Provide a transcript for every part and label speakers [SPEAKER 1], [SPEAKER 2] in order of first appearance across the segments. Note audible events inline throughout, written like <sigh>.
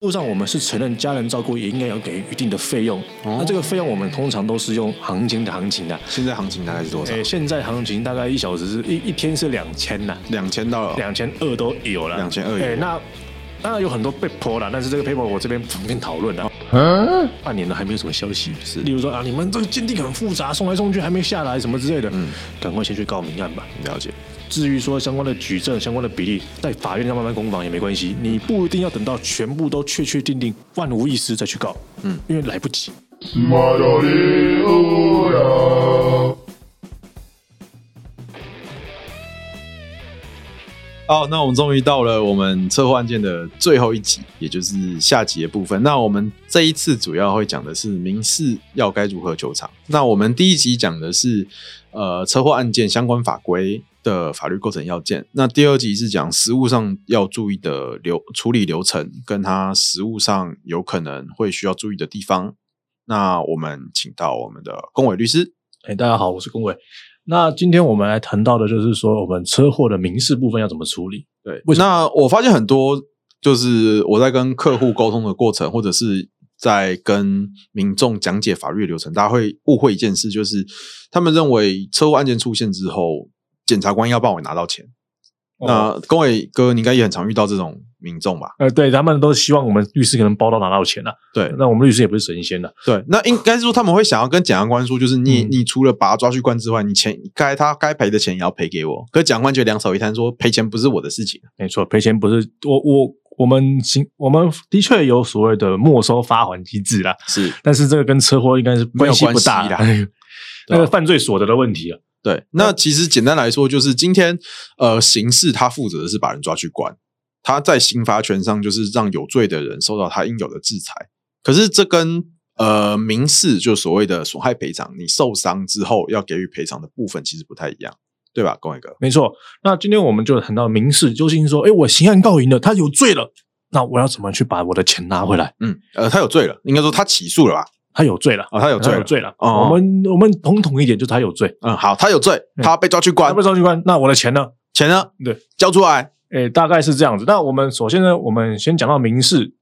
[SPEAKER 1] 路上我们是承认家人照顾也应该要给一定的费用，那这个费用我们通常都是用行情的行情的。
[SPEAKER 2] 现在行情大概是多少
[SPEAKER 1] 哎，？现在行情大概一小时是一一天是两千呐，
[SPEAKER 2] 两千到
[SPEAKER 1] 两千二都有了，
[SPEAKER 2] 2200
[SPEAKER 1] 哎，那当然有很多被泼了，但是这个 paper 我这边旁边讨论了，半年了还没有什么消息，是，例如说啊，你们这个鉴定很复杂，送来送去还没下来什么之类的，赶快先去告民案吧。
[SPEAKER 2] 了解。
[SPEAKER 1] 至于说相关的举证、相关的比例，在法院上慢慢攻防也没关系，你不一定要等到全部都确确定定、万无一失再去告，嗯，因为来不及。
[SPEAKER 2] 好，那我们终于到了我们车祸案件的最后一集，也就是下集的部分。那我们这一次主要会讲的是民事要该如何求偿。那我们第一集讲的是呃车祸案件相关法规的法律构成要件，那第二集是讲实务上要注意的流处理流程，跟它实务上有可能会需要注意的地方。那我们请到我们的龚伟律师。
[SPEAKER 1] 哎，大家好，我是龚伟。那今天我们来谈到的就是说，我们车祸的民事部分要怎么处理？
[SPEAKER 2] 对，那我发现很多就是我在跟客户沟通的过程，或者是在跟民众讲解法律的流程，大家会误会一件事，就是他们认为车祸案件出现之后，检察官要帮我拿到钱。
[SPEAKER 1] 哦
[SPEAKER 2] 那龚伟哥，你应该也很常遇到这种民众吧？
[SPEAKER 1] 呃，对，他们都希望我们律师可能包到拿到钱了、啊
[SPEAKER 2] 对
[SPEAKER 1] 那我们律师也不是神仙了、啊
[SPEAKER 2] 对，那应该是说他们会想要跟检察官说，就是你、
[SPEAKER 1] 嗯
[SPEAKER 2] 你除了把他抓去关之外，你钱该他该赔的钱也要赔给我。可是检察官觉得两手一摊，说赔钱不是我的事情。
[SPEAKER 1] 没错，赔钱不是我我我们行，我们的确有所谓的没收发还机制啦，
[SPEAKER 2] 是
[SPEAKER 1] 但是这个跟车祸应该是关系不大
[SPEAKER 2] 没有
[SPEAKER 1] 啦
[SPEAKER 2] 关系啦
[SPEAKER 1] <laughs> 那个犯罪所得的问题啊。
[SPEAKER 2] 对，那其实简单来说，就是今天呃，刑事他负责的是把人抓去关，他在刑罚权上就是让有罪的人受到他应有的制裁。可是这跟呃民事就所谓的损害赔偿，你受伤之后要给予赔偿的部分其实不太一样，对吧，龚伟哥？
[SPEAKER 1] 没错，那今天我们就谈到民事，究竟说，哎，我刑案告赢了，他有罪了，那我要怎么去把我的钱拿回来？
[SPEAKER 2] 嗯，呃，他有罪了，应该说他起诉了吧？
[SPEAKER 1] 他有罪了，
[SPEAKER 2] 啊、他有罪
[SPEAKER 1] 他
[SPEAKER 2] 了，
[SPEAKER 1] 有罪了。
[SPEAKER 2] 哦
[SPEAKER 1] 我们我们统统一点，就是他有罪，
[SPEAKER 2] 嗯，好，他有罪，
[SPEAKER 1] 嗯
[SPEAKER 2] 他被抓去
[SPEAKER 1] 他
[SPEAKER 2] 关
[SPEAKER 1] 被，抓去关，那我的钱呢？
[SPEAKER 2] 钱呢？
[SPEAKER 1] 对，
[SPEAKER 2] 交出来。
[SPEAKER 1] 哎，大概是这样子。那我们首先呢，我们先讲到民事，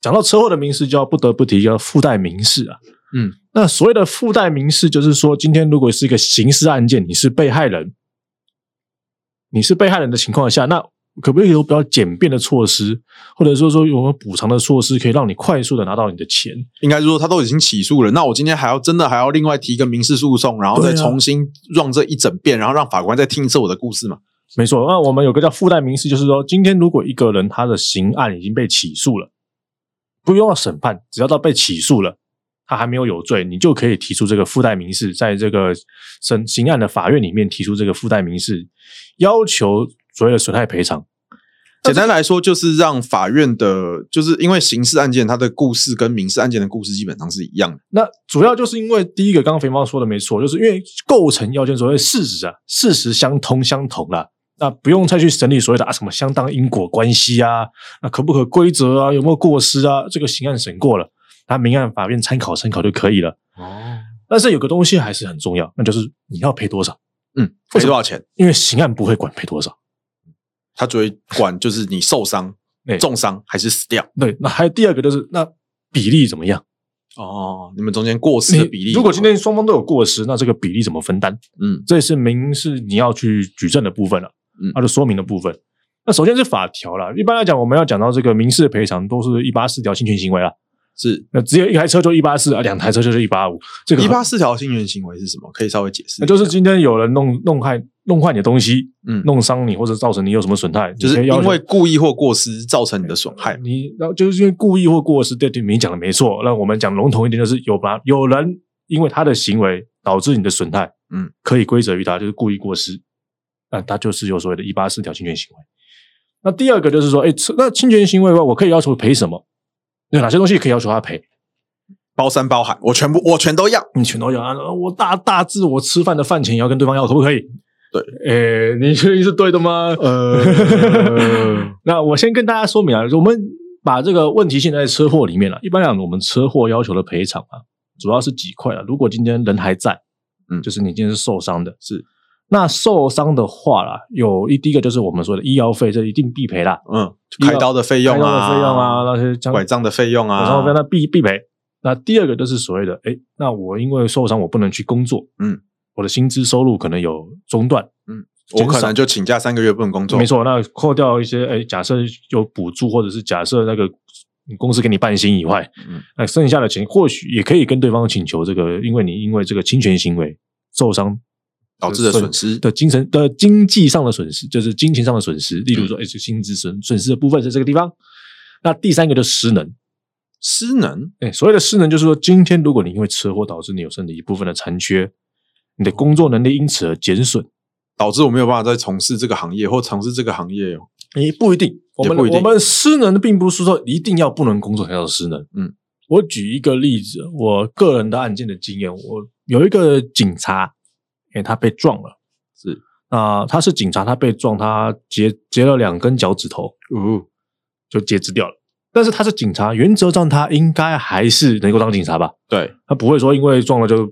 [SPEAKER 1] 讲到车祸的民事，就要不得不提要附带民事啊。
[SPEAKER 2] 嗯，
[SPEAKER 1] 那所谓的附带民事，就是说，今天如果是一个刑事案件，你是被害人，你是被害人的情况下，那可不可以有比较简便的措施，或者说说有没有补偿的措施，可以让你快速的拿到你的钱？
[SPEAKER 2] 应该是说他都已经起诉了，那我今天还要真的还要另外提一个民事诉讼，然后再
[SPEAKER 1] 对啊
[SPEAKER 2] 重新让这一整遍，然后让法官再听一次我的故事嘛？
[SPEAKER 1] 没错，那我们有个叫附带民事，就是说，今天如果一个人他的刑案已经被起诉了，不用到审判，只要到被起诉了，他还没有有罪，你就可以提出这个附带民事，在这个审刑案的法院里面提出这个附带民事，要求所谓的损害赔偿。
[SPEAKER 2] 简单来说，就是让法院的，就是因为刑事案件它的故事跟民事案件的故事基本上是一样的，
[SPEAKER 1] 那主要就是因为第一个，刚刚肥猫说的没错，就是因为构成要件所谓事实啊，事实相通相同啦、那不用再去审理所谓的啊什么相当因果关系啊，那可不可规则啊，有没有过失啊，这个刑案审过了，那民案法院参考参考就可以了。
[SPEAKER 2] 哦，
[SPEAKER 1] 但是有个东西还是很重要，那就是你要赔多少，
[SPEAKER 2] 嗯，
[SPEAKER 1] 为
[SPEAKER 2] 赔
[SPEAKER 1] 什么
[SPEAKER 2] 多少钱？
[SPEAKER 1] 因为刑案不会管赔多少。
[SPEAKER 2] 他只会管就是你受伤
[SPEAKER 1] 哎、
[SPEAKER 2] 重伤还是死掉
[SPEAKER 1] 对，那还有第二个就是那比例怎么样？
[SPEAKER 2] 哦，你们中间过失的比例。
[SPEAKER 1] 如果今天双方都有过失，那这个比例怎么分担？
[SPEAKER 2] 嗯
[SPEAKER 1] 这也是民事你要去举证的部分了，
[SPEAKER 2] 嗯
[SPEAKER 1] 它的说明的部分。那首先是法条啦，一般来讲，我们要讲到这个民事赔偿，都是一八四条侵权行为啦。
[SPEAKER 2] 是
[SPEAKER 1] 那只有一台车就一八四啊，两台车就是一八五，这个
[SPEAKER 2] 一八四条侵权行为是什么？可以稍微解释一下？
[SPEAKER 1] 那就是今天有人弄弄害弄坏你的东西，
[SPEAKER 2] 嗯，
[SPEAKER 1] 弄伤你或者造成你有什么损害，
[SPEAKER 2] 就是
[SPEAKER 1] 你可以要
[SPEAKER 2] 因
[SPEAKER 1] 求
[SPEAKER 2] 为故意或过失造成你的损害。
[SPEAKER 1] 哎你然后就是因为故意或过失，对对，你讲的没错。那我们讲笼统一点，就是有把有人因为他的行为导致你的损害，
[SPEAKER 2] 嗯，
[SPEAKER 1] 可以归责于他，就是故意过失，那他就是有所谓的“一八四条侵权行为”。那第二个就是说，哎，这那侵权行为的话，我可以要求赔什么？有哪些东西可以要求他赔？
[SPEAKER 2] 包山包海，我全部我全都要。
[SPEAKER 1] 你全都要啊！我大大致我吃饭的饭钱也要跟对方要，可不可以？
[SPEAKER 2] 对，
[SPEAKER 1] 诶，你确定是对的吗？
[SPEAKER 2] 呃， <laughs>
[SPEAKER 1] 那我先跟大家说明啊，我们把这个问题现在在车祸里面了、啊一般讲，我们车祸要求的赔偿啊，主要是几块啊。如果今天人还在，
[SPEAKER 2] 嗯
[SPEAKER 1] 就是你今天是受伤的，
[SPEAKER 2] 是
[SPEAKER 1] 那受伤的话啦，有一第一个就是我们说的医药费，这一定必赔啦，
[SPEAKER 2] <laughs> 嗯，开刀的费用
[SPEAKER 1] 开刀
[SPEAKER 2] 啊，
[SPEAKER 1] 的费用啊，，那些将
[SPEAKER 2] 拐杖的费用啊，
[SPEAKER 1] 然后让他必必赔。那第二个就是所谓的，哎，那我因为受伤，我不能去工作，
[SPEAKER 2] 嗯，
[SPEAKER 1] 我的薪资收入可能有中断，
[SPEAKER 2] 我可能就请假三个月不能工作，
[SPEAKER 1] 没，错。那扣掉一些，哎，假设有补助，或者是假设那个公司给你半薪以外，
[SPEAKER 2] 嗯
[SPEAKER 1] 那剩下的钱或许也可以跟对方请求这个，因为你因为这个侵权行为受伤
[SPEAKER 2] 导致的损失，
[SPEAKER 1] 的精神的经济上的损失，就是金钱上的损失，例如说，哎，这薪资损损失的部分是这个地方。那第三个就是失能，
[SPEAKER 2] 失能，
[SPEAKER 1] 哎，所谓的失能，就是说，今天如果你因为车祸导致你有身体一部分的残缺，你的工作能力因此而减损，
[SPEAKER 2] 导致我没有办法再从事这个行业或从事这个行业，哦
[SPEAKER 1] 也不一定。我们
[SPEAKER 2] 也不一定
[SPEAKER 1] 我们失能并不是说一定要不能工作才叫失能。
[SPEAKER 2] 嗯，
[SPEAKER 1] 我举一个例子，我个人的案件的经验，我有一个警察，哎，他被撞了，
[SPEAKER 2] 是
[SPEAKER 1] 啊、他是警察，他被撞，他截截了两根脚趾头，
[SPEAKER 2] 哦，
[SPEAKER 1] 就截肢掉了。但是他是警察，原则上他应该还是能够当警察吧？
[SPEAKER 2] 对
[SPEAKER 1] 他不会说因为撞了就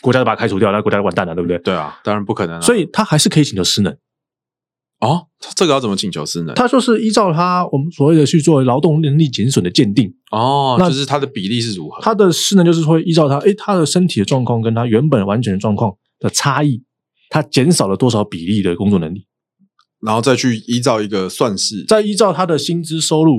[SPEAKER 1] 国家就把他开除掉，那国家就完蛋了，对不对？
[SPEAKER 2] 对啊，当然不可能啊，
[SPEAKER 1] 所
[SPEAKER 2] 以
[SPEAKER 1] 以他还是可以请求失能。
[SPEAKER 2] 哦，这个要怎么请求失能？
[SPEAKER 1] 他就是依照他我们所谓的去做劳动能力减损的鉴定，
[SPEAKER 2] 哦，
[SPEAKER 1] 那
[SPEAKER 2] 就是它的比例是如何？
[SPEAKER 1] 他的失能就是会依照他诶他的身体的状况跟他原本完全的状况的差异，他减少了多少比例的工作能力，
[SPEAKER 2] 然后再去依照一个算式
[SPEAKER 1] 再依照他的薪资收入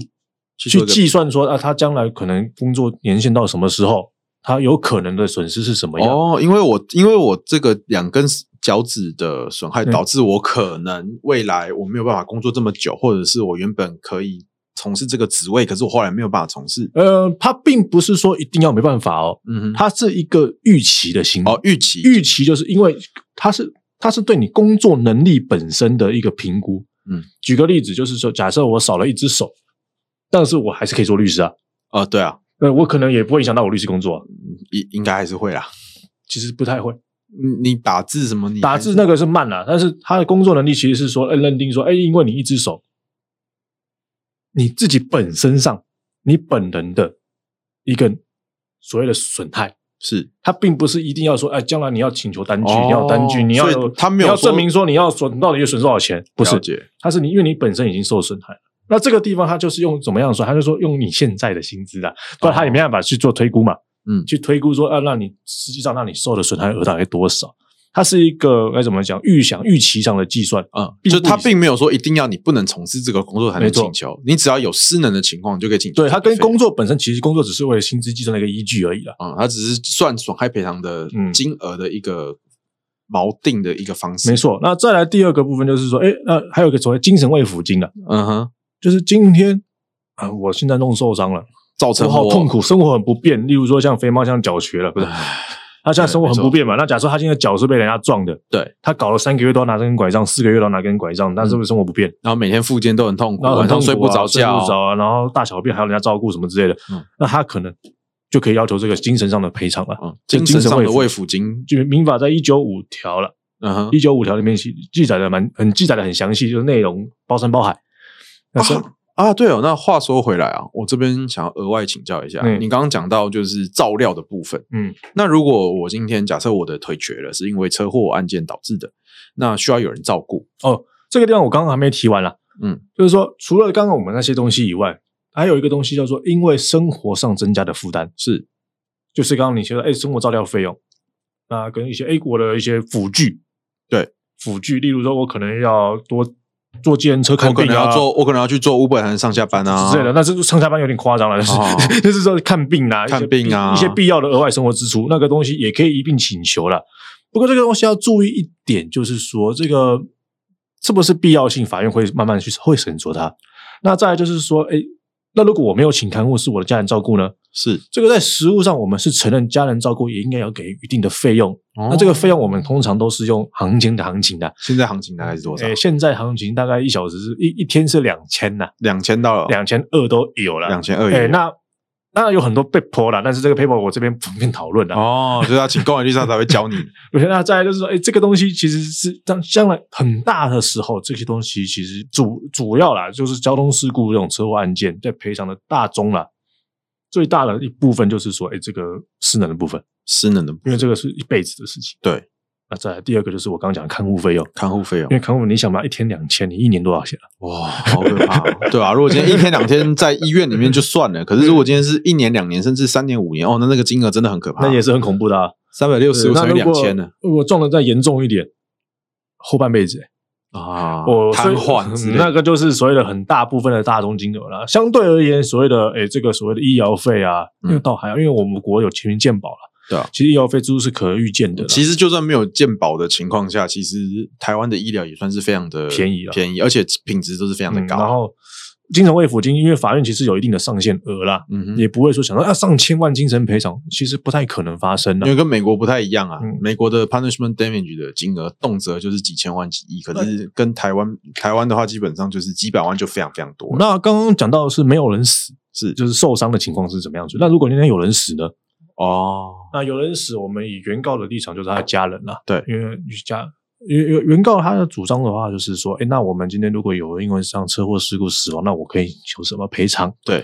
[SPEAKER 2] 去
[SPEAKER 1] 去
[SPEAKER 2] 做一个
[SPEAKER 1] 计算说啊，他将来可能工作年限到什么时候，他有可能的损失是什么样。
[SPEAKER 2] 哦，因为我因为我这个两根脚趾的损害，
[SPEAKER 1] 嗯
[SPEAKER 2] 导致我可能未来我没有办法工作这么久，或者是我原本可以从事这个职位，可是我后来没有办法从事。
[SPEAKER 1] 呃，他并不是说一定要没办法哦，
[SPEAKER 2] 嗯哼，
[SPEAKER 1] 它是一个预期的行为。
[SPEAKER 2] 哦，预期
[SPEAKER 1] 预期就是因为它是它是对你工作能力本身的一个评估。
[SPEAKER 2] 嗯，
[SPEAKER 1] 举个例子，就是说，假设我少了一只手，但是我还是可以做律师啊。
[SPEAKER 2] 哦，对啊，
[SPEAKER 1] 呃，我可能也不会影响到我律师工作、啊，
[SPEAKER 2] 应应该还是会啦。嗯
[SPEAKER 1] 其实不太会。
[SPEAKER 2] 你你打字什么？你
[SPEAKER 1] 打
[SPEAKER 2] 还是
[SPEAKER 1] 字那个是慢啦、但是他的工作能力其实是说，呃认定说，哎，因为你一只手，你自己本身上你本人的一个所谓的损害。
[SPEAKER 2] 是
[SPEAKER 1] 他并不是一定要说，哎，将来你要请求单据，
[SPEAKER 2] 哦
[SPEAKER 1] 你要单据，你要
[SPEAKER 2] 所以他没
[SPEAKER 1] 你
[SPEAKER 2] 有
[SPEAKER 1] 要
[SPEAKER 2] 说
[SPEAKER 1] 证明说你要损到底损多少钱，不是
[SPEAKER 2] 了，解
[SPEAKER 1] 他是你因为你本身已经受损害了。那这个地方他就是用怎么样说？他就说用你现在的薪资啊，不然他也没办法去做推估嘛。
[SPEAKER 2] 嗯
[SPEAKER 1] 去推估说，啊，那你实际上那你受的损害额大概多少？它是一个该怎么讲？预想预期上的计算。
[SPEAKER 2] 嗯，
[SPEAKER 1] 并
[SPEAKER 2] 就
[SPEAKER 1] 不
[SPEAKER 2] 他
[SPEAKER 1] 以
[SPEAKER 2] 并没有说一定要你不能从事这个工作才能
[SPEAKER 1] 没错
[SPEAKER 2] 请求，你只要有失能的情况你就可以请求。
[SPEAKER 1] 对，它跟
[SPEAKER 2] 工。
[SPEAKER 1] 工作本身其实工作只是为了薪资计算的一个依据而已啦。
[SPEAKER 2] 啊、它只是算损害赔偿的
[SPEAKER 1] 嗯
[SPEAKER 2] 金额的一个锚定的一个方式。
[SPEAKER 1] 没，错。那再来第二个部分就是说，哎，那还有一个所谓精神慰抚金的，
[SPEAKER 2] 嗯哼，
[SPEAKER 1] 就是今天啊，我现在弄受伤了，
[SPEAKER 2] 造成
[SPEAKER 1] 我好
[SPEAKER 2] 我
[SPEAKER 1] 痛。苦，生活很不便。例如说像肥猫像脚瘸了，不是他现在生活很不便嘛？那假设他现在脚是被人家撞的，
[SPEAKER 2] 对，
[SPEAKER 1] 他搞了三个月都要拿这根拐杖，四个月都要拿根拐杖，但是不是生活不便？
[SPEAKER 2] 然后每天复健都很痛苦，
[SPEAKER 1] 然后
[SPEAKER 2] 晚
[SPEAKER 1] 很痛
[SPEAKER 2] 上
[SPEAKER 1] 苦啊
[SPEAKER 2] 睡不着
[SPEAKER 1] 睡
[SPEAKER 2] 觉，
[SPEAKER 1] 不着啊，然后大小便还要人家照顾什么之类的，
[SPEAKER 2] 嗯
[SPEAKER 1] 那他可能就可以要求这个精神上的赔偿了。
[SPEAKER 2] 嗯，
[SPEAKER 1] 就
[SPEAKER 2] 精神上
[SPEAKER 1] 精
[SPEAKER 2] 的
[SPEAKER 1] 神慰
[SPEAKER 2] 慰
[SPEAKER 1] 抚
[SPEAKER 2] 抚金，
[SPEAKER 1] 就民法在一九五条了，
[SPEAKER 2] 嗯哼，
[SPEAKER 1] 一九五条里面记记载的蛮很记载的很详细，就是内容包山包海。那是、
[SPEAKER 2] 啊啊，对哦。那话说回来啊，我这边想要额外请教一下，
[SPEAKER 1] 嗯
[SPEAKER 2] 你刚刚讲到就是照料的部分，
[SPEAKER 1] 嗯，
[SPEAKER 2] 那如果我今天假设我的腿瘸了，是因为车祸案件导致的，那需要有人照顾，
[SPEAKER 1] 这个地方我刚刚还没提完啦，
[SPEAKER 2] 嗯，
[SPEAKER 1] 就是说除了刚刚我们那些东西以外，还有一个东西叫做因为生活上增加的负担，
[SPEAKER 2] 是
[SPEAKER 1] 就是刚刚你说的，哎，生活照料费用，啊，跟一些 A 国的一些辅具，
[SPEAKER 2] 对
[SPEAKER 1] 辅具，例如说我可能要多坐计程车看
[SPEAKER 2] 我可
[SPEAKER 1] 病
[SPEAKER 2] 能
[SPEAKER 1] 啊
[SPEAKER 2] 要做，我可能要去做 Uber 才能上下班啊
[SPEAKER 1] 之类的，那这上下班有点夸张了，就是、
[SPEAKER 2] 哦
[SPEAKER 1] <laughs> 就是说看病啊，一些
[SPEAKER 2] 看病啊
[SPEAKER 1] 必一些必要的额外生活支出，那个东西也可以一并请求了。不过这个东西要注意一点，就是说这个是不是必要性，法院会慢慢去会审酌它。那再来就是说，哎，那如果我没有请看护，是我的家人照顾呢？
[SPEAKER 2] 是。
[SPEAKER 1] 这个在实务上，我们是承认家人照顾也应该要给予一定的费用。那
[SPEAKER 2] 那
[SPEAKER 1] 这个费用我们通常都是用行情的行情的，
[SPEAKER 2] 现在行情大概是多少？
[SPEAKER 1] 诶，现在行情大概一小时是一一天是两千呐，
[SPEAKER 2] 两千到了，
[SPEAKER 1] 两千哎二都有了
[SPEAKER 2] 两。千二。
[SPEAKER 1] 诶，那当然有很多被泼了，但是这个 paper 我这边不方便讨论了。
[SPEAKER 2] 哦，就是要请公安律师才会
[SPEAKER 1] <laughs>
[SPEAKER 2] 教你。
[SPEAKER 1] 对那再来就是说，诶，这个东西其实是当将来很大的时候，这些东西其实主主要啦，就是交通事故这种车祸案件在赔偿的大宗啦，最大哎的一部分就是说，诶，这个失能的部分，
[SPEAKER 2] 失能的部
[SPEAKER 1] 因为
[SPEAKER 2] 分
[SPEAKER 1] 这个是一辈子的事情。
[SPEAKER 2] 对，
[SPEAKER 1] 那再来第二个就是我刚刚讲的看护费用，
[SPEAKER 2] 看护费
[SPEAKER 1] 因为
[SPEAKER 2] 用，
[SPEAKER 1] 看护你想嘛，一天两千，你一年多少钱啊？
[SPEAKER 2] 哇，好可怕、哦！ <laughs> 对啊，如果今天一天两天在医院里面就算
[SPEAKER 1] <laughs>
[SPEAKER 2] 了，可是如果今天是一年、两年，甚至三年、五年，哦，那那个金额真的很可怕。
[SPEAKER 1] 那也是很恐怖的啊。
[SPEAKER 2] 三百六十
[SPEAKER 1] 对
[SPEAKER 2] 五
[SPEAKER 1] 那
[SPEAKER 2] 乘以
[SPEAKER 1] 如
[SPEAKER 2] 两
[SPEAKER 1] 果
[SPEAKER 2] 千呢？
[SPEAKER 1] 如果撞的再严重一点，后半辈子欸、
[SPEAKER 2] 啊，
[SPEAKER 1] 我
[SPEAKER 2] 瘫
[SPEAKER 1] 所以
[SPEAKER 2] 痪之
[SPEAKER 1] 嗯
[SPEAKER 2] 类的
[SPEAKER 1] 那个就是所谓的很大部分的大宗金额啦。相对而言，所谓的诶、这个所谓的医疗费啊，
[SPEAKER 2] 嗯
[SPEAKER 1] 因为倒还好，因为我们国有全民健保了。
[SPEAKER 2] 对啊
[SPEAKER 1] 其实医疗费支出是可预见的啦。
[SPEAKER 2] 其实就算没有健保的情况下，其实台湾的医疗也算是非常的
[SPEAKER 1] 便宜啊
[SPEAKER 2] 便宜，而且品质都是非常的
[SPEAKER 1] 嗯
[SPEAKER 2] 高。
[SPEAKER 1] 然后精神慰抚金，因为法院其实有一定的上限额啦，
[SPEAKER 2] 嗯哼，
[SPEAKER 1] 也不会说想到要上千万精神赔偿，其实不太可能发生啊
[SPEAKER 2] 因
[SPEAKER 1] 的。
[SPEAKER 2] 为跟美国不太一样啊，
[SPEAKER 1] 嗯
[SPEAKER 2] 美国的 punishment damage 的金额动辄就是几千万、几亿，可是跟台湾台湾的话，基本上就是几百万就非常非常多了。
[SPEAKER 1] 那刚刚讲到的是没有人死，
[SPEAKER 2] 是
[SPEAKER 1] 就是受伤的情况是怎么样子？那如果今天有人死呢？
[SPEAKER 2] 哦，
[SPEAKER 1] 那有人死，我们以原告的立场就是他的家人啦。
[SPEAKER 2] 对
[SPEAKER 1] 因为家原原原告他的主张的话就是说，哎，那我们今天如果有人因为上车祸事故死亡，那我可以求什么赔偿？
[SPEAKER 2] 对，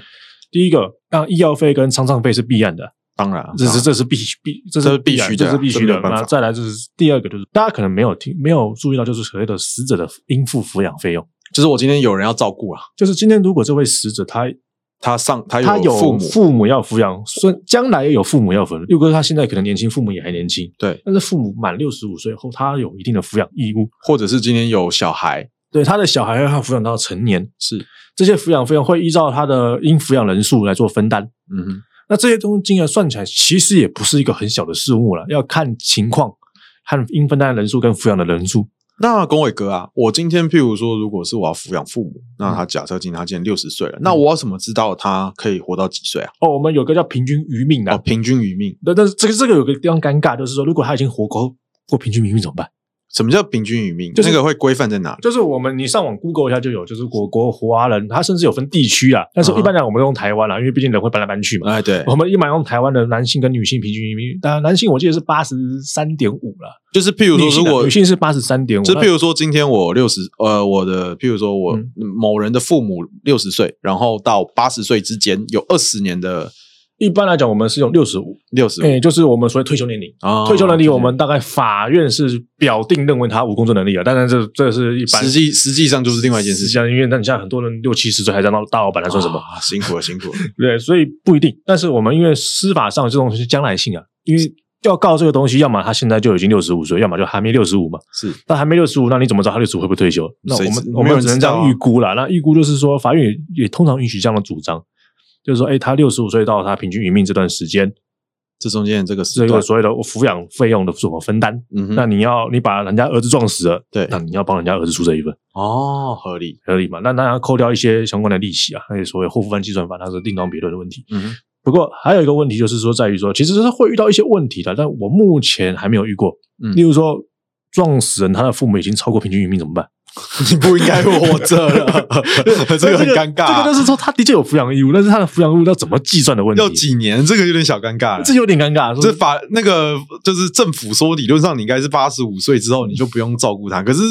[SPEAKER 1] 第一个，那医药费跟丧葬费是必然的，
[SPEAKER 2] 当然啊，
[SPEAKER 1] 这是
[SPEAKER 2] 当然
[SPEAKER 1] 这是必必这
[SPEAKER 2] 这是
[SPEAKER 1] 是
[SPEAKER 2] 必须的
[SPEAKER 1] 这
[SPEAKER 2] 啊
[SPEAKER 1] 是必须
[SPEAKER 2] 这没
[SPEAKER 1] 的
[SPEAKER 2] 有。办法
[SPEAKER 1] 那再来就是第二个，就是大家可能没有听没有注意到，就是所谓的死者的应付抚养费用，
[SPEAKER 2] 就是我今天有人要照顾啊，
[SPEAKER 1] 就是今天如果这位死者他
[SPEAKER 2] 他上他
[SPEAKER 1] 他有
[SPEAKER 2] 父母，
[SPEAKER 1] 父母要抚养，孙将来也有父母要抚养。又哥他现在可能年轻，父母也还年轻，
[SPEAKER 2] 对，
[SPEAKER 1] 但是父母满六十五岁后，他有一定的抚养义务，
[SPEAKER 2] 或者是今天有小孩，
[SPEAKER 1] 对他的小孩要抚养到成年，
[SPEAKER 2] 是，
[SPEAKER 1] 这些抚养费用会依照他的应抚养人数来做分担。
[SPEAKER 2] 嗯哼，
[SPEAKER 1] 那这些东西金额算起来，其实也不是一个很小的事物了，要看情况，看应分担的人数跟抚养的人数。
[SPEAKER 2] 那龚伟哥啊，我今天譬如说，如果是我要抚养父母，那
[SPEAKER 1] 嗯
[SPEAKER 2] 他假设今天他今年六十岁了，那我要怎么知道他可以活到几岁啊？
[SPEAKER 1] 哦，我们有个叫平均余命的、啊
[SPEAKER 2] 哦，平均余命。
[SPEAKER 1] 那、但是这个这个有个地方尴尬，就是说，如果他已经活过过平均余命怎么办？
[SPEAKER 2] 什么叫平均余命？
[SPEAKER 1] 就是
[SPEAKER 2] 那个会规范在哪里？
[SPEAKER 1] 就是我们你上网 Google 一下就有，就是我国华人，他甚至有分地区啊，但是一般来讲我们都用台湾啦、因为毕竟人会搬来搬去嘛。
[SPEAKER 2] 哎，对，
[SPEAKER 1] 我们一般用台湾的男性跟女性平均移民，当然男性我记得是八十三点五了，
[SPEAKER 2] 就是譬如说，
[SPEAKER 1] 女性
[SPEAKER 2] 如
[SPEAKER 1] 啊
[SPEAKER 2] 果
[SPEAKER 1] 女性是83.5
[SPEAKER 2] 就譬如说今天我六十，呃，我的譬如说我
[SPEAKER 1] 嗯
[SPEAKER 2] 某人的父母六十岁，然后到八十岁之间有二十年的
[SPEAKER 1] 一般来讲我们是用六十五，
[SPEAKER 2] 六十
[SPEAKER 1] 哎，就是我们所谓退休年龄。
[SPEAKER 2] 啊
[SPEAKER 1] 退休能力，
[SPEAKER 2] 就是
[SPEAKER 1] 我们大概法院是表定认为他无工作能力了，啊当然这这是一般
[SPEAKER 2] 实际实际上就是另外一件事
[SPEAKER 1] 实际
[SPEAKER 2] 情。
[SPEAKER 1] 上，因为那你像很多人六七十岁还当到大老板，他算什么？
[SPEAKER 2] 啊？辛苦了，辛 <laughs> 苦了。
[SPEAKER 1] 对，所以不一定。但是我们因为司法上这种东西是将来性啊，因为要告这个东西，要么他现在就已经六十五岁，要么就还没六十五嘛。
[SPEAKER 2] 是
[SPEAKER 1] 但还没六十五，那你怎么知道他六十五会不会退休？那我
[SPEAKER 2] 谁
[SPEAKER 1] 们
[SPEAKER 2] 知
[SPEAKER 1] 我
[SPEAKER 2] 没
[SPEAKER 1] 们
[SPEAKER 2] 有人
[SPEAKER 1] 只能
[SPEAKER 2] 知
[SPEAKER 1] 这
[SPEAKER 2] 道啊
[SPEAKER 1] 样预估啦。那预估就是说，法院也也通常允许这样的主张，就是说，哎，他六十五岁到他平均余命这段时间，
[SPEAKER 2] 这中间这个时
[SPEAKER 1] 这个
[SPEAKER 2] 段，
[SPEAKER 1] 所谓的抚养费用的怎么分担？
[SPEAKER 2] 嗯哼，
[SPEAKER 1] 那你要你把人家儿子撞死了，
[SPEAKER 2] 对
[SPEAKER 1] 那你要帮人家儿子出这一份，
[SPEAKER 2] 哦，合理。
[SPEAKER 1] 合理嘛？那那要扣掉一些相关的利息啊，那些所谓后付费计算法，那是另当别论的问题。
[SPEAKER 2] 嗯哼，
[SPEAKER 1] 不过还有一个问题就是说，在于说，其实是会遇到一些问题的，但我目前还没有遇过。
[SPEAKER 2] 嗯
[SPEAKER 1] 例如说，撞死人，他的父母已经超过平均余命怎么办？
[SPEAKER 2] <laughs> 你不应该活着了， <laughs> 这个很尴尬。啊
[SPEAKER 1] 这个就是说，他的确有抚养义务，但是他的抚养义务要怎么计算的问题，
[SPEAKER 2] 要几年，这个有点小尴尬了。
[SPEAKER 1] 这有点尴尬。
[SPEAKER 2] 这
[SPEAKER 1] 说
[SPEAKER 2] 法那个就是政府说，理论上你应该是八十五岁之后你就不用照顾他，可是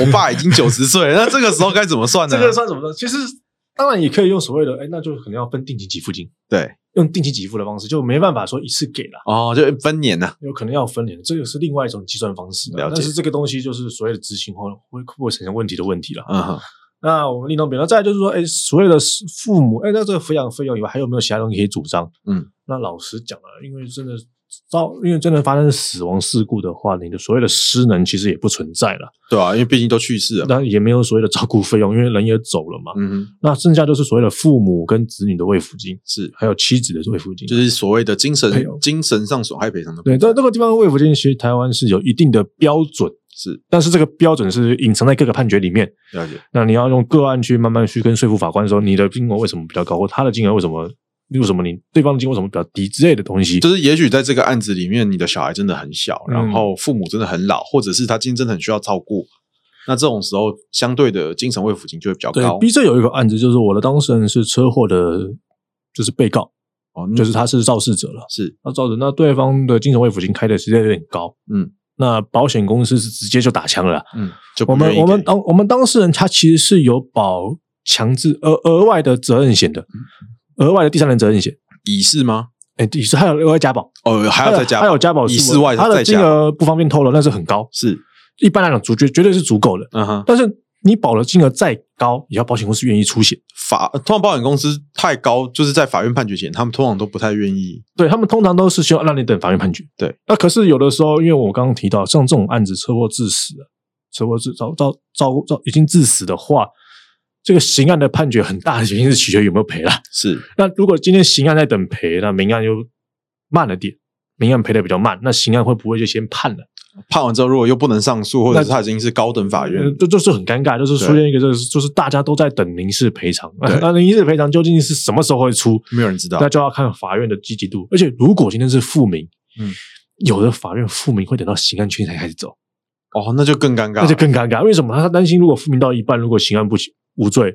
[SPEAKER 2] 我爸已经九十岁 <laughs> 了，那这个时候该怎么算呢？
[SPEAKER 1] 这个算什么呢？其实当然也可以用所谓的，哎，那就可能要分定期给付金，
[SPEAKER 2] 对
[SPEAKER 1] 用定期给付的方式，就没办法说一次给了。
[SPEAKER 2] 哦，就分年呐、
[SPEAKER 1] 有可能要分年，这个是另外一种计算方式啊。
[SPEAKER 2] 了解
[SPEAKER 1] 但是这个东西就是所谓的执行后会会不会产生问题的问题了。
[SPEAKER 2] 嗯哼，
[SPEAKER 1] 那我们另当别论。那再来就是说，哎，所谓的父母，哎，那这个抚养费用以外，还有没有其他东西可以主张？
[SPEAKER 2] 嗯，
[SPEAKER 1] 那老实讲啊，因为真的遭，因为真的发生死亡事故的话，你的所谓的失能其实也不存在了，
[SPEAKER 2] 对啊，因为毕竟都去世了嘛。
[SPEAKER 1] 那也没有所谓的照顾费用，因为人也走了嘛。
[SPEAKER 2] 嗯哼，
[SPEAKER 1] 那剩下就是所谓的父母跟子女的慰抚金，
[SPEAKER 2] 是，
[SPEAKER 1] 还有妻子的慰抚金。
[SPEAKER 2] 就是所谓的精神、
[SPEAKER 1] 哎呦
[SPEAKER 2] 精神上损害赔偿的部
[SPEAKER 1] 对，
[SPEAKER 2] 分。
[SPEAKER 1] 在这个地方的慰抚金，其实台湾是有一定的标准，
[SPEAKER 2] 是
[SPEAKER 1] 但是这个标准是隐藏在各个判决里面。
[SPEAKER 2] 了解。
[SPEAKER 1] 那你要用个案去慢慢去跟说服法官说，你的金额为什么比较高，或他的金额为什么，为什么你对方的金额为什么比较低之类的东西。
[SPEAKER 2] 就是也许在这个案子里面，你的小孩真的很小，
[SPEAKER 1] 嗯
[SPEAKER 2] 然后父母真的很老，或者是他今天真的很需要照顾，那这种时候相对的精神慰抚金就会比较
[SPEAKER 1] 对
[SPEAKER 2] 高。
[SPEAKER 1] ，B 这有一个案子，就是我的当事人是车祸的，就是被告，
[SPEAKER 2] 哦，嗯
[SPEAKER 1] 就是他是肇事者了。
[SPEAKER 2] 是
[SPEAKER 1] 那肇事，那对方的精神慰抚金开的实在有点高，
[SPEAKER 2] 嗯，
[SPEAKER 1] 那保险公司是直接就打枪了啦。
[SPEAKER 2] 嗯，就不
[SPEAKER 1] 我们
[SPEAKER 2] 愿意
[SPEAKER 1] 我们
[SPEAKER 2] 给
[SPEAKER 1] 当我们当事人他其实是有保呃嗯强制额额外的责任险的，额外的第三人责任险。
[SPEAKER 2] 乙是吗？
[SPEAKER 1] 哎，也是还有另外加保，
[SPEAKER 2] 哦，还要再加，
[SPEAKER 1] 还有加保
[SPEAKER 2] 以
[SPEAKER 1] 数额
[SPEAKER 2] 室外
[SPEAKER 1] 它
[SPEAKER 2] 再
[SPEAKER 1] 的金
[SPEAKER 2] 加保，
[SPEAKER 1] 额不方便透露，但是很高。
[SPEAKER 2] 是，
[SPEAKER 1] 一般来讲，足绝绝对是足够的。
[SPEAKER 2] 嗯哼，
[SPEAKER 1] 但是你保的金额再高，也要保险公司愿意出险。
[SPEAKER 2] 法通常保险公司太高，就是在法院判决前，他们通常都不太愿意。
[SPEAKER 1] 对他们通常都是希望让你等法院判决。
[SPEAKER 2] 对，
[SPEAKER 1] 那可是有的时候，因为我刚刚提到，像这种案子，车祸致死啊，车祸致遭遭遭遭已经致死的话，这个刑案的判决很大的原因是取决于有没有赔啦。 <laughs>
[SPEAKER 2] 是，
[SPEAKER 1] 那如果今天刑案在等赔，那民案又慢了点，民案赔的比较慢，那刑案会不会就先判了？
[SPEAKER 2] 判完之后如果又不能上诉，或者
[SPEAKER 1] 那
[SPEAKER 2] 是他已经是高等法
[SPEAKER 1] 呃
[SPEAKER 2] 院，
[SPEAKER 1] 这就是很尴尬，就是出现一个就是就是大家都在等民事赔偿，
[SPEAKER 2] 对
[SPEAKER 1] <laughs> 那民事赔偿究竟是什么时候会出？
[SPEAKER 2] 没有人知道
[SPEAKER 1] 那。就要看法院的积极度。而且如果今天是复民，
[SPEAKER 2] 嗯，
[SPEAKER 1] 有的法院复民会等到刑案确定才开始走，
[SPEAKER 2] 哦，那就更尴尬
[SPEAKER 1] 那就
[SPEAKER 2] 了。
[SPEAKER 1] 更尴尬。为什么？他担心如果复民到一半，如果刑案不起无罪，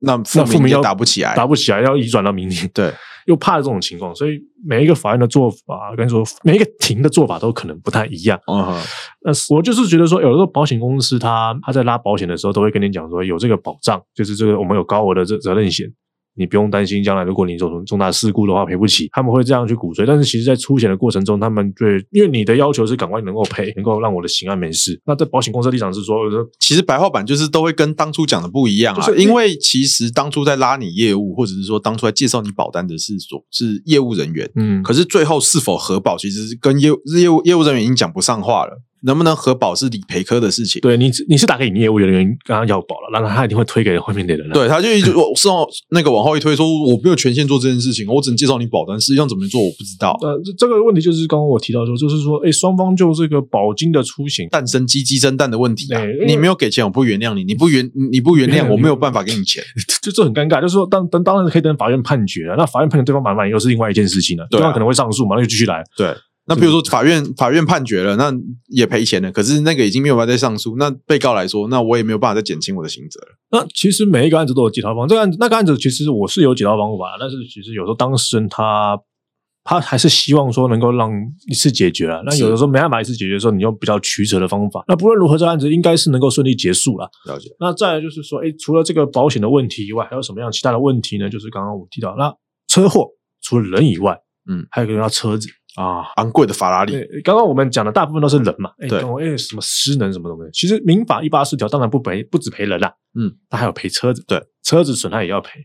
[SPEAKER 2] 那
[SPEAKER 1] 那
[SPEAKER 2] 复
[SPEAKER 1] 复
[SPEAKER 2] 明
[SPEAKER 1] 民
[SPEAKER 2] 也
[SPEAKER 1] 要
[SPEAKER 2] 打不起来。
[SPEAKER 1] 打不起来要移转到明年，
[SPEAKER 2] 哎对，
[SPEAKER 1] 又怕这种情况，所以每一个法院的做法，跟你说，每一个庭的做法都可能不太一样。
[SPEAKER 2] 嗯哼，
[SPEAKER 1] 那呃我就是觉得说，有的时候保险公司它它在拉保险的时候，都会跟你讲说有这个保障，就是这个我们有高额的责责任险，你不用担心将来如果你有重重大事故的话赔不起，他们会这样去鼓吹。但是其实，在出险的过程中，他们对因为你的要求是赶快能够赔，能够让我的刑案没事。那在保险公司的立场是说，我说
[SPEAKER 2] 其实白话版就是都会跟当初讲的不一样啊
[SPEAKER 1] 就，是
[SPEAKER 2] 因为其实当初在拉你业务，或者是说当初在介绍你保单的是所是业务人员，
[SPEAKER 1] 嗯，
[SPEAKER 2] 可是最后是否核保，其实是跟业务业务业务人员已经讲不上话了。能不能核保是理赔科的事情。
[SPEAKER 1] 对你你是打给你业务人员跟他要保了，然后他一定会推给后面的人啊。
[SPEAKER 2] 对，他就一直我是往那个往后一推说，我没有权限做这件事情，我只能介绍你保单，实际上怎么做我不知道。
[SPEAKER 1] 呃，这这个问题就是刚刚我提到说，就是说，哎，双方就这个保金的出险，
[SPEAKER 2] 诞生鸡鸡生蛋的问题啊
[SPEAKER 1] 对因！为
[SPEAKER 2] 你没有给钱，我不原谅你；你不原你不原谅
[SPEAKER 1] 原谅
[SPEAKER 2] 我，
[SPEAKER 1] 你
[SPEAKER 2] 没有办法给你钱。
[SPEAKER 1] 就这很尴尬，就是说当等当然可以等法院判决了，那法院判决对方满不满意又是另外一件事情了，
[SPEAKER 2] 对啊
[SPEAKER 1] 方可能会上诉嘛，那就继续来。
[SPEAKER 2] 对，那比如说法院法院判决了，那也赔钱了，可是那个已经没有办法再上诉。那被告来说，那我也没有办法再减轻我的刑责了。
[SPEAKER 1] 那其实每一个案子都有解套方，这个案子那个案子其实我是有解套方法，但是其实有时候当事人他他还是希望说能够让一次解决啊了，那
[SPEAKER 2] 是
[SPEAKER 1] 有的时候没办法一次解决的时候，你用比较曲折的方法。那不论如何，这个案子应该是能够顺利结束了。
[SPEAKER 2] 了解，
[SPEAKER 1] 那再来就是说，哎，除了这个保险的问题以外，还有什么样其他的问题呢？就是刚刚我提到，那车祸除了人以外，
[SPEAKER 2] 嗯，
[SPEAKER 1] 还有一个叫车子。
[SPEAKER 2] 啊，昂贵的法拉利，
[SPEAKER 1] 对，刚刚我们讲的大部分都是人嘛，哎，
[SPEAKER 2] 对
[SPEAKER 1] 跟我哎什么失能什么东西，其实民法一八四条当然不赔，不只赔人啦、
[SPEAKER 2] 嗯，
[SPEAKER 1] 它还有赔车子，
[SPEAKER 2] 对，
[SPEAKER 1] 车子损害也要赔。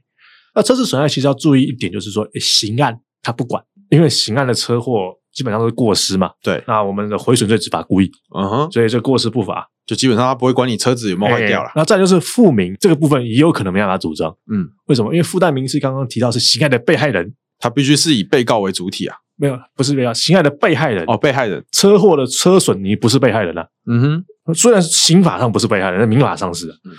[SPEAKER 1] 那车子损害其实要注意一点，就是说哎刑案它不管，因为刑案的车祸基本上都是过失嘛，
[SPEAKER 2] 对
[SPEAKER 1] 那我们的毁损罪只罚故意，
[SPEAKER 2] 嗯哼，
[SPEAKER 1] 所以这过失不罚，
[SPEAKER 2] 就基本上他不会管你车子有没有坏掉了
[SPEAKER 1] 哎。那再就是复民这个部分也有可能没办法主张，
[SPEAKER 2] 嗯，
[SPEAKER 1] 为什么？因为附带民事刚刚提到是刑案的被害人，
[SPEAKER 2] 他必须是以被告为主体啊。
[SPEAKER 1] 没有不是被害，刑案的被害人
[SPEAKER 2] 哦，，被害人，
[SPEAKER 1] 车祸的车损你不是被害人啊。
[SPEAKER 2] 嗯哼，
[SPEAKER 1] 虽然刑法上不是被害人，但民法上是啊。
[SPEAKER 2] 嗯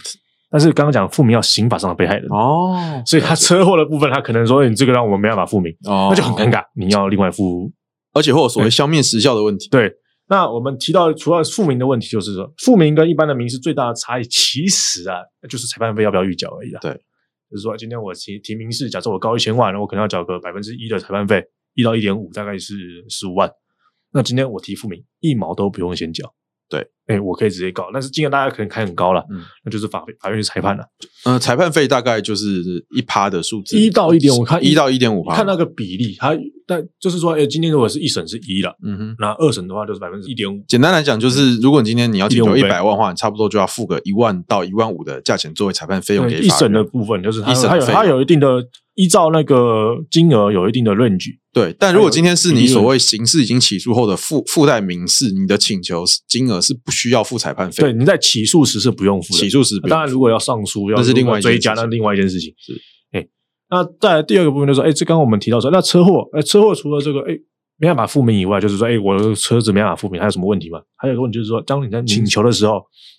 [SPEAKER 1] 但是刚刚讲复民要刑法上的被害人，
[SPEAKER 2] 哦，
[SPEAKER 1] 所以他车祸的部分，他可能说哎你这个让我们没办法复民，
[SPEAKER 2] 哦
[SPEAKER 1] 那就很尴，尬，你要另外付。
[SPEAKER 2] 而且会有所谓消灭时效的问题。
[SPEAKER 1] 对，那我们提到除了复民的问题，就是说复民跟一般的民事最大的差异，其实啊，就是裁判费要不要预缴而已啊。
[SPEAKER 2] 对，
[SPEAKER 1] 就是说今天我提提民事，假设我高一千万，我可能要缴个百分之一的裁判费，一到一点五，大概是十五万。那今天我提复民，一毛都不用先缴。
[SPEAKER 2] 对，
[SPEAKER 1] 哎，我可以直接告，但是金额大家可能开很高了，
[SPEAKER 2] 嗯
[SPEAKER 1] 那就是法法院去裁判了。
[SPEAKER 2] 嗯、裁判费大概就是一趴的数字，
[SPEAKER 1] 1到1.5看
[SPEAKER 2] 一到一点五趴，
[SPEAKER 1] 看那个比例，它但就是说，哎，今天如果是一审是一了，
[SPEAKER 2] 嗯哼。
[SPEAKER 1] 那二审的话就是百分之一点五。
[SPEAKER 2] 简单来讲，
[SPEAKER 1] 嗯
[SPEAKER 2] 就是如果你今天你要解决
[SPEAKER 1] 1.5
[SPEAKER 2] 一
[SPEAKER 1] 倍
[SPEAKER 2] 百万的话，你差不多就要付个一万到一万五的价钱作为裁判费用
[SPEAKER 1] 对
[SPEAKER 2] 给
[SPEAKER 1] 一
[SPEAKER 2] 法
[SPEAKER 1] 审
[SPEAKER 2] 院
[SPEAKER 1] 的部分，就是它
[SPEAKER 2] 一审的
[SPEAKER 1] 它有
[SPEAKER 2] 费
[SPEAKER 1] 它
[SPEAKER 2] 用
[SPEAKER 1] 有一定的依照那个金额有一定的 range，
[SPEAKER 2] 对，但如果今天是
[SPEAKER 1] 还
[SPEAKER 2] 你
[SPEAKER 1] 有
[SPEAKER 2] 所谓刑事已经起诉后的附附带民事，你的请求是金额是不需要付裁判费，
[SPEAKER 1] 对，你在起诉时是不用付的。
[SPEAKER 2] 起诉时不
[SPEAKER 1] 那
[SPEAKER 2] 用
[SPEAKER 1] 当然，如果要上诉，要
[SPEAKER 2] 那是另外
[SPEAKER 1] 如果
[SPEAKER 2] 一件
[SPEAKER 1] 追加，
[SPEAKER 2] 事情
[SPEAKER 1] 那是另外一件事情。
[SPEAKER 2] 是，
[SPEAKER 1] 哎，那再来第二个部分就是说，哎，这刚刚我们提到说，那车祸，哎，车祸除了这个，哎。没办法复明以外，就是说，哎，我的车子没办法复明，还有什么问题吗？还有一个问题就是说，当你在请求的时候，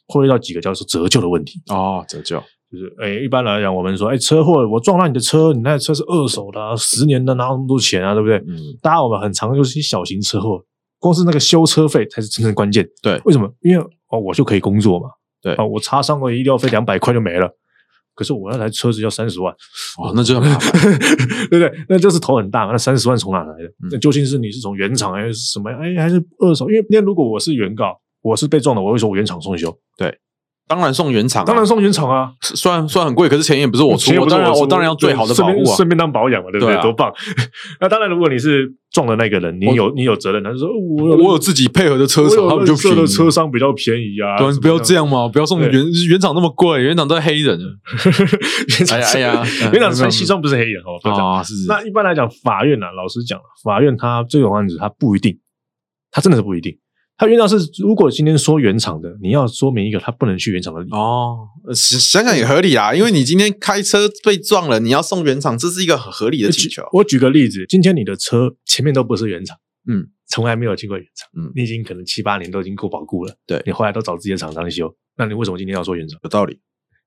[SPEAKER 1] 会遇到几个叫做折旧的问题。
[SPEAKER 2] 哦折旧，
[SPEAKER 1] 就是诶、一般来讲，我们说，诶、哎车祸我撞烂你的车，你那车是二手的、啊，十年的，哪有那么多钱啊，对不对？
[SPEAKER 2] 嗯，
[SPEAKER 1] 大家我们很常就是一些小型车祸，光是那个修车费才是真正关键。
[SPEAKER 2] 对
[SPEAKER 1] 为什么？因为哦，我就可以工作嘛。
[SPEAKER 2] 对
[SPEAKER 1] 啊，我擦伤个医疗费两百块就没了，可是我那台车子要三十
[SPEAKER 2] <laughs>
[SPEAKER 1] 万，
[SPEAKER 2] 哦那就很
[SPEAKER 1] <laughs>
[SPEAKER 2] 麻烦，
[SPEAKER 1] 对不对？那就是头很大嘛。那三十万从哪来的？
[SPEAKER 2] 嗯
[SPEAKER 1] 那究竟是你是从原厂还是什么？哎，还是二手？因为那如果我是原告，我是被撞的，我会说我原厂送修。
[SPEAKER 2] 对，当然送原厂啊、
[SPEAKER 1] 当然送原厂啊，
[SPEAKER 2] 虽然虽然很贵，可是钱也不是我出，
[SPEAKER 1] 钱也不
[SPEAKER 2] 我
[SPEAKER 1] 是
[SPEAKER 2] 当然
[SPEAKER 1] 出
[SPEAKER 2] 我当然要最好的
[SPEAKER 1] 对
[SPEAKER 2] 保
[SPEAKER 1] 顺
[SPEAKER 2] 护
[SPEAKER 1] 便
[SPEAKER 2] 啊。
[SPEAKER 1] 顺便当保养嘛，对不
[SPEAKER 2] 对啊
[SPEAKER 1] 多棒！ <laughs> 那当然，如果你是撞的那个人，你有你有责任，他就说哦我有
[SPEAKER 2] 我有自己配合的车
[SPEAKER 1] 我
[SPEAKER 2] 手，
[SPEAKER 1] 有
[SPEAKER 2] 他们就
[SPEAKER 1] 认识
[SPEAKER 2] 便宜
[SPEAKER 1] 的。车商比较便宜啊，
[SPEAKER 2] 对，不要
[SPEAKER 1] <laughs>
[SPEAKER 2] 这
[SPEAKER 1] 样，
[SPEAKER 2] 样嘛，不要送
[SPEAKER 1] 对
[SPEAKER 2] 原原厂那么贵，原厂都是
[SPEAKER 1] <laughs>
[SPEAKER 2] 黑人了。
[SPEAKER 1] 原厂
[SPEAKER 2] 哎呀
[SPEAKER 1] 是
[SPEAKER 2] 哎呀，
[SPEAKER 1] <laughs> 原厂穿西装不是黑人哦，不要这样
[SPEAKER 2] 啊，是是
[SPEAKER 1] 那一般来讲，法院啊，老实讲，法院它这种案子它不一定，它真的是不一定。它原厂是，如果今天说原厂的，你要说明一个他不能去原厂的理由。嗯
[SPEAKER 2] 哦，呃想想想也合理啊啦，因为你今天开车被撞了，你要送原厂，这是一个很合理的
[SPEAKER 1] 呃
[SPEAKER 2] 请求。
[SPEAKER 1] 我举个例子，今天你的车前面都不是原厂，
[SPEAKER 2] 嗯，
[SPEAKER 1] 从来没有进过原厂，
[SPEAKER 2] 嗯
[SPEAKER 1] 你已经可能七八年都已经够保固了，
[SPEAKER 2] 对
[SPEAKER 1] 你后来都找自己的厂商修，那你为什么今天要说原厂，
[SPEAKER 2] 有道理，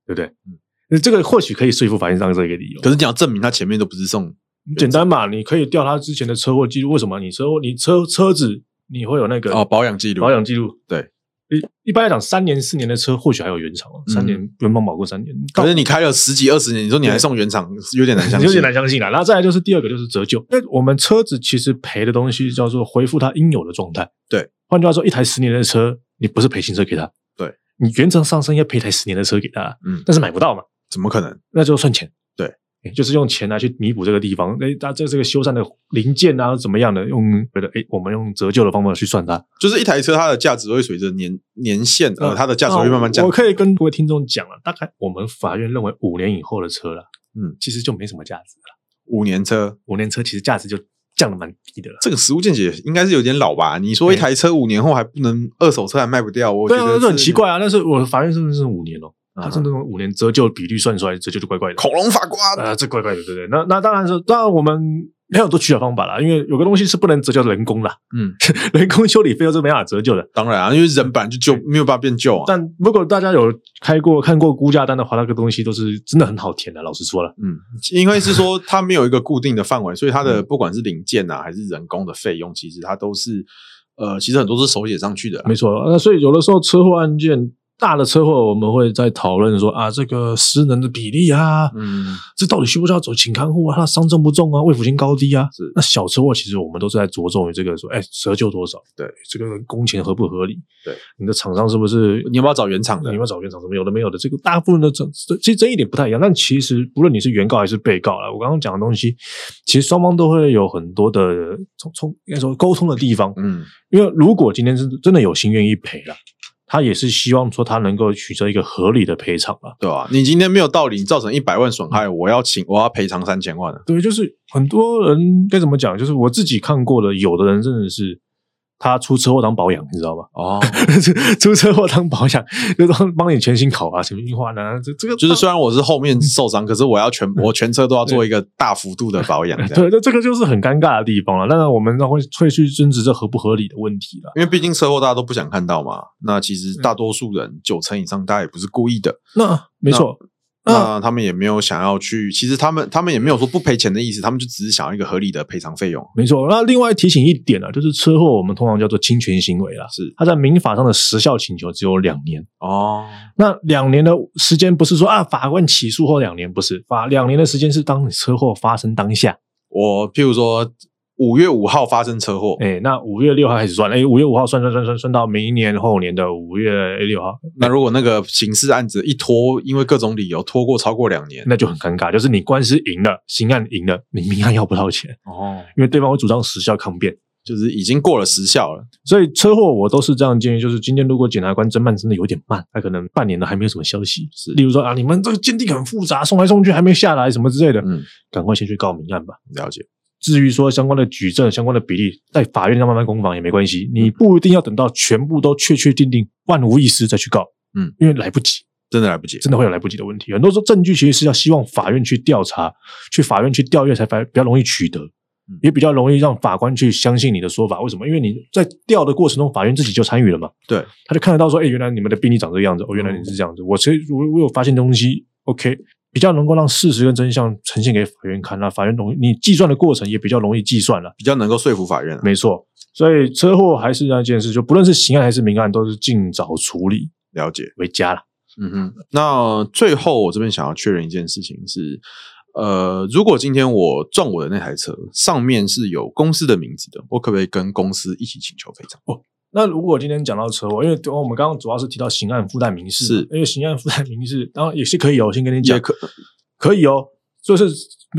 [SPEAKER 1] 对不对？
[SPEAKER 2] 嗯
[SPEAKER 1] 那这个或许可以说服法院上这个理由，
[SPEAKER 2] 可是你要证明他前面都不是送
[SPEAKER 1] 很简单嘛，你可以调他之前的车祸记录，为什么你车祸你车车子你会有那个
[SPEAKER 2] 哦保养记录，
[SPEAKER 1] 保养记录？
[SPEAKER 2] 对
[SPEAKER 1] 一，一般来讲，三年四年的车或许还有原厂哦，
[SPEAKER 2] 嗯
[SPEAKER 1] 三年原帮保过三年，
[SPEAKER 2] 可是你开了十几二十年，你说你还送原厂，有点难相信。
[SPEAKER 1] 有点难相信啦。然后再来就是第二个就是折旧，因为我们车子其实赔的东西叫做恢复它应有的状态。
[SPEAKER 2] 对，
[SPEAKER 1] 换句话说，一台十年的车，你不是赔新车给他，
[SPEAKER 2] 对
[SPEAKER 1] 你原则上是应该赔一台十年的车给他，
[SPEAKER 2] 嗯
[SPEAKER 1] 但是买不到嘛，
[SPEAKER 2] 怎么可能？
[SPEAKER 1] 那就算钱。
[SPEAKER 2] 对
[SPEAKER 1] 诶，就是用钱来去弥补这个地方。哎，它这这个修缮的零件啊，怎么样的，用觉得哎，我们用折旧的方法去算它，
[SPEAKER 2] 就是一台车，它的价值会随着年年限，
[SPEAKER 1] 嗯
[SPEAKER 2] 呃，它的价值会慢慢降
[SPEAKER 1] 我。可以跟各位听众讲啊了，大概我们法院认为五年以后的车了，
[SPEAKER 2] 嗯，
[SPEAKER 1] 其实就没什么价值了。
[SPEAKER 2] 五年车，
[SPEAKER 1] 五年车其实价值就降的蛮低的了。
[SPEAKER 2] 这个实物见解应该是有点老吧？你说一台车五年后还不能二手车还卖不掉，我觉
[SPEAKER 1] 对
[SPEAKER 2] 得
[SPEAKER 1] 啊，这
[SPEAKER 2] 是
[SPEAKER 1] 很奇。怪啊。但是我的法院是不是五年哦？他是
[SPEAKER 2] 嗯
[SPEAKER 1] 那种五年折旧比率算出来，折旧就怪怪的。
[SPEAKER 2] 恐龙法官，
[SPEAKER 1] 啊，这怪怪的，对不对？那那当然是，当然我们还有很多取巧方法啦，因为有个东西是不能折旧的人工啦，
[SPEAKER 2] 嗯，
[SPEAKER 1] <laughs> 人工修理费用是没办法折旧的。
[SPEAKER 2] 当然啊，因为人本来就救没有办法变救啊。
[SPEAKER 1] 但如果大家有开过看过估价单的话，那个东西都是真的很好填的。老实说了，
[SPEAKER 2] 嗯，因为是说它没有一个固定的范围，所以它的不管是零件啊还是人工的费用，其实它都是呃，其实很多是手写上去的啦。
[SPEAKER 1] 没错。那所以有的时候车祸案件大的车祸，我们会在讨论说啊，这个失能的比例啊，
[SPEAKER 2] 嗯，
[SPEAKER 1] 这到底需不需要走请看护啊？他伤重不重啊？未抚性高低啊？
[SPEAKER 2] 是
[SPEAKER 1] 那小车祸其实我们都是在着重于这个说，哎，折旧多少？
[SPEAKER 2] 对，
[SPEAKER 1] 这个工钱合不合理？
[SPEAKER 2] 对，
[SPEAKER 1] 你的厂商是不是
[SPEAKER 2] 你要不要找原厂的
[SPEAKER 1] 你？们找原厂什么有的没有的，这个大部分的争其实争议点不太一样，但其实不论你是原告还是被告啦，我刚刚讲的东西，其实双方都会有很多的从从应该说沟通的地方，
[SPEAKER 2] 嗯，
[SPEAKER 1] 因为如果今天是真的有心愿意赔了，他也是希望说他能够取得一个合理的赔偿啊。
[SPEAKER 2] 对啊，你今天没有道理，你造成一百万损害，我要请我要赔偿三千万啊。
[SPEAKER 1] 对，就是很多人该怎么讲，就是我自己看过的，有的人真的是他出车祸当保养，你知道吗？ <laughs>
[SPEAKER 2] 哦，
[SPEAKER 1] 出车祸当保养，就当帮你全新考啊，全新换啊，这这个
[SPEAKER 2] <laughs> 就是虽然我是后面受伤，可是我要 <laughs> 全我全车都要做一个大幅度的保养，这样
[SPEAKER 1] 对，那这个就是很尴尬的地方了。当然，我们会会去争执这合不合理的问题了。
[SPEAKER 2] 因为毕竟车祸大家都不想看到嘛。那其实大多数人九成以上，大家也不是故意的，
[SPEAKER 1] 那没错，那
[SPEAKER 2] 那他们也没有想要去，其实他们他们也没有说不赔钱的意思，他们就只是想要一个合理的赔偿费用。
[SPEAKER 1] 没错。那另外提醒一点啊，就是车祸我们通常叫做侵权行为啦，
[SPEAKER 2] 是
[SPEAKER 1] 它在民法上的时效请求只有两年。
[SPEAKER 2] 哦，
[SPEAKER 1] 那两年的时间不是说啊，法官起诉后两年，不是法两年的时间是当你车祸发生当下。
[SPEAKER 2] 我譬如说五月五号发生车祸，
[SPEAKER 1] 哎，那五月六号开始算，哎，五月五号算算算算算到明年后年的五月六号，
[SPEAKER 2] 那如果那个刑事案子一拖，因为各种理由拖过超过两年，
[SPEAKER 1] 那就很尴尬，就是你官司赢了，刑案赢了，你民案要不到钱，
[SPEAKER 2] 哦，
[SPEAKER 1] 因为对方会主张时效抗辩。
[SPEAKER 2] 就是已经过了时效了。
[SPEAKER 1] 所以车祸我都是这样建议，就是今天如果检察官侦办真的有点慢，他可能半年了还没有什么消息，
[SPEAKER 2] 是
[SPEAKER 1] 例如说啊，你们这个鉴定很复杂，送来送去还没下来什么之类的，
[SPEAKER 2] 嗯，
[SPEAKER 1] 赶快先去告民案吧。
[SPEAKER 2] 了解。
[SPEAKER 1] 至于说相关的举证、相关的比例，在法院上慢慢攻防也没关系，你不一定要等到全部都确确定定、万无一失再去告，
[SPEAKER 2] 嗯，
[SPEAKER 1] 因为来不及，
[SPEAKER 2] 真的来不及，
[SPEAKER 1] 真的会有来不及的问题。很多时候证据其实是要希望法院去调查、去法院去调阅，才比较容易取得
[SPEAKER 2] 嗯，
[SPEAKER 1] 也比较容易让法官去相信你的说法。为什么？因为你在调的过程中，法院自己就参与了嘛，
[SPEAKER 2] 对，
[SPEAKER 1] 他就看得到说，哎、原来你们的病例长这个样子，哦，原来你是这样子，我其实我我有发现东西，OK。比较能够让事实跟真相呈现给法院看，那法院容易，你计算的过程也比较容易计算了。
[SPEAKER 2] 比较能够说服法院、啊。
[SPEAKER 1] 没错，所以车祸还是那件事，就不论是刑案还是民案，都是尽早处理
[SPEAKER 2] 了解，
[SPEAKER 1] 为佳啦。
[SPEAKER 2] 嗯哼。那最后我这边想要确认一件事情是，呃，如果今天我撞我的那台车上面是有公司的名字的，我可不可以跟公司一起请求赔偿？
[SPEAKER 1] 那如果今天讲到车祸，因为我们刚刚主要是提到刑案附带民事，
[SPEAKER 2] 是
[SPEAKER 1] 因为刑案附带民事，然后也是可以哦。我先跟你讲
[SPEAKER 2] 也，可
[SPEAKER 1] 可以哦。就是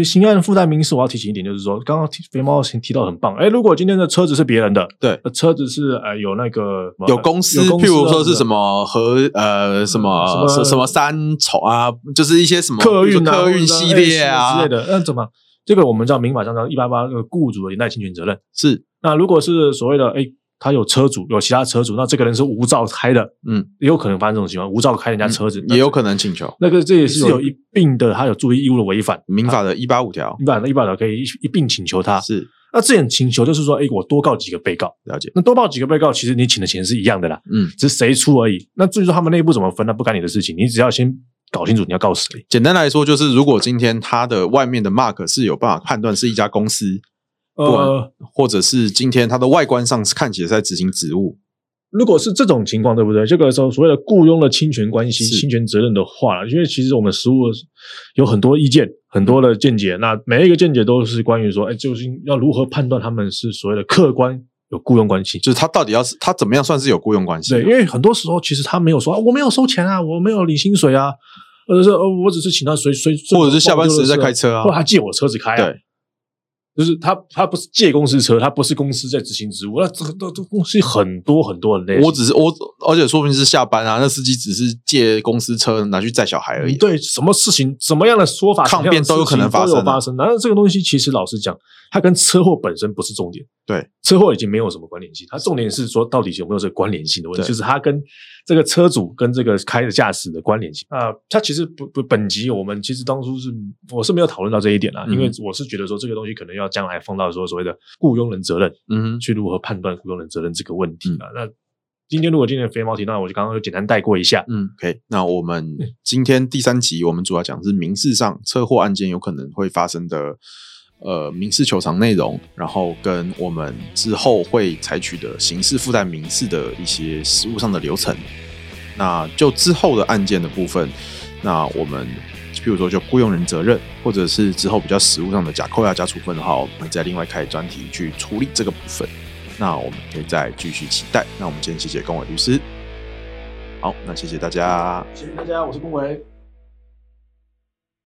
[SPEAKER 1] 刑案附带民事，我要提醒一点，就是说，刚刚提肥猫先提到很棒，哎，如果今天的车子是别人的，
[SPEAKER 2] 对
[SPEAKER 1] 呃车子是呃有那个
[SPEAKER 2] 有公司，
[SPEAKER 1] 有
[SPEAKER 2] 譬如
[SPEAKER 1] 啊
[SPEAKER 2] 说是什
[SPEAKER 1] 么
[SPEAKER 2] 么和呃什么
[SPEAKER 1] 什么
[SPEAKER 2] 什什么三重啊，就是一些什么
[SPEAKER 1] 客
[SPEAKER 2] 比如
[SPEAKER 1] 运
[SPEAKER 2] 说
[SPEAKER 1] 啊、
[SPEAKER 2] 客运系列
[SPEAKER 1] 或
[SPEAKER 2] 啊
[SPEAKER 1] 者是 A 型之类的，那怎么？这个我们知道民法上叫一八八那个雇主的连带侵权责任。
[SPEAKER 2] 是
[SPEAKER 1] 那如果是所谓的哎，他有车主有其他车主，那这个人是无照开的，
[SPEAKER 2] 嗯，
[SPEAKER 1] 也有可能发生这种情况，无照开人家车子，那
[SPEAKER 2] 也有可能请求
[SPEAKER 1] 那个这也是
[SPEAKER 2] 是有
[SPEAKER 1] 有一并的，他有注意义务的违反，
[SPEAKER 2] 民法的一八五条啊
[SPEAKER 1] 一般一般的可以一一并请求他。
[SPEAKER 2] 是
[SPEAKER 1] 那这种请求就是说，哎，我多告几个被告，
[SPEAKER 2] 了解，
[SPEAKER 1] 那多报几个被告，其实你请的钱是一样的啦，
[SPEAKER 2] 嗯，
[SPEAKER 1] 只是谁出而已。那至于说他们内部怎么分，那不干你的事情，你只要先搞清楚你要告谁。
[SPEAKER 2] 简单来说就是，如果今天它的外面的 mark 是有办法判断是一家公司，
[SPEAKER 1] 呃，
[SPEAKER 2] 或者是今天它的外观上是看起来是在执行职务，
[SPEAKER 1] 如果是这种情况，对不对？这个时候所谓的雇佣的侵权关系、
[SPEAKER 2] 是
[SPEAKER 1] 侵权责任的话，因为其实我们实务有很多意见、很多的见解，那每一个见解都是关于说，哎，究竟要如何判断他们是所谓的客观有雇佣关系？
[SPEAKER 2] 就是它到底要是它怎么样算是有雇佣关系？啊
[SPEAKER 1] 对，因为很多时候其实他没有说、啊我没有收钱啊，我没有领薪水啊，或者是呃我只是请他随随，
[SPEAKER 2] 或者是下班时间在开车啊
[SPEAKER 1] 或者他借我车子开、啊，
[SPEAKER 2] 对，
[SPEAKER 1] 就是他他不是借公司车，他不是公司在执行职务，那这个这这东西很多很多很类型，
[SPEAKER 2] 我只是我，而且说不定是下班啊，那司机只是借公司车拿去载小孩而已。啊
[SPEAKER 1] 对什么事情、什么样的说法、
[SPEAKER 2] 抗辩
[SPEAKER 1] 什么样的事情
[SPEAKER 2] 都有可能发生啊
[SPEAKER 1] 都有发生。然后这个东西其实老实讲，它跟车祸本身不是重点，
[SPEAKER 2] 对，
[SPEAKER 1] 车祸已经没有什么关联性，它重点是说到底有没有这个关联性的问题，
[SPEAKER 2] 对
[SPEAKER 1] 就是它跟这个车主跟这个开的驾驶的关联性。啊、它其实不不，本集我们其实当初是我是没有讨论到这一点啦，啊
[SPEAKER 2] 嗯
[SPEAKER 1] 因为我是觉得说这个东西可能要将来放到说所谓的雇佣人责任，
[SPEAKER 2] 嗯哼，
[SPEAKER 1] 去如何判断雇佣人责任这个问题
[SPEAKER 2] 嗯
[SPEAKER 1] 啊。那今天如果今天的肥猫提到，我就刚刚就简单带过一下。
[SPEAKER 2] 嗯，OK，那我们今天第三集，我们主要讲的是民事上车祸案件有可能会发生的呃民事求偿内容，然后跟我们之后会采取的刑事附带民事的一些实务上的流程。那就之后的案件的部分，那我们譬如说就雇佣人责任，或者是之后比较实务上的假扣押、加处分的话，我们再另外开专题去处理这个部分。那我们可以再继续期待。那我们今天谢谢龚伟律师。好，那谢谢大家。
[SPEAKER 1] 谢谢大家，我是龚维，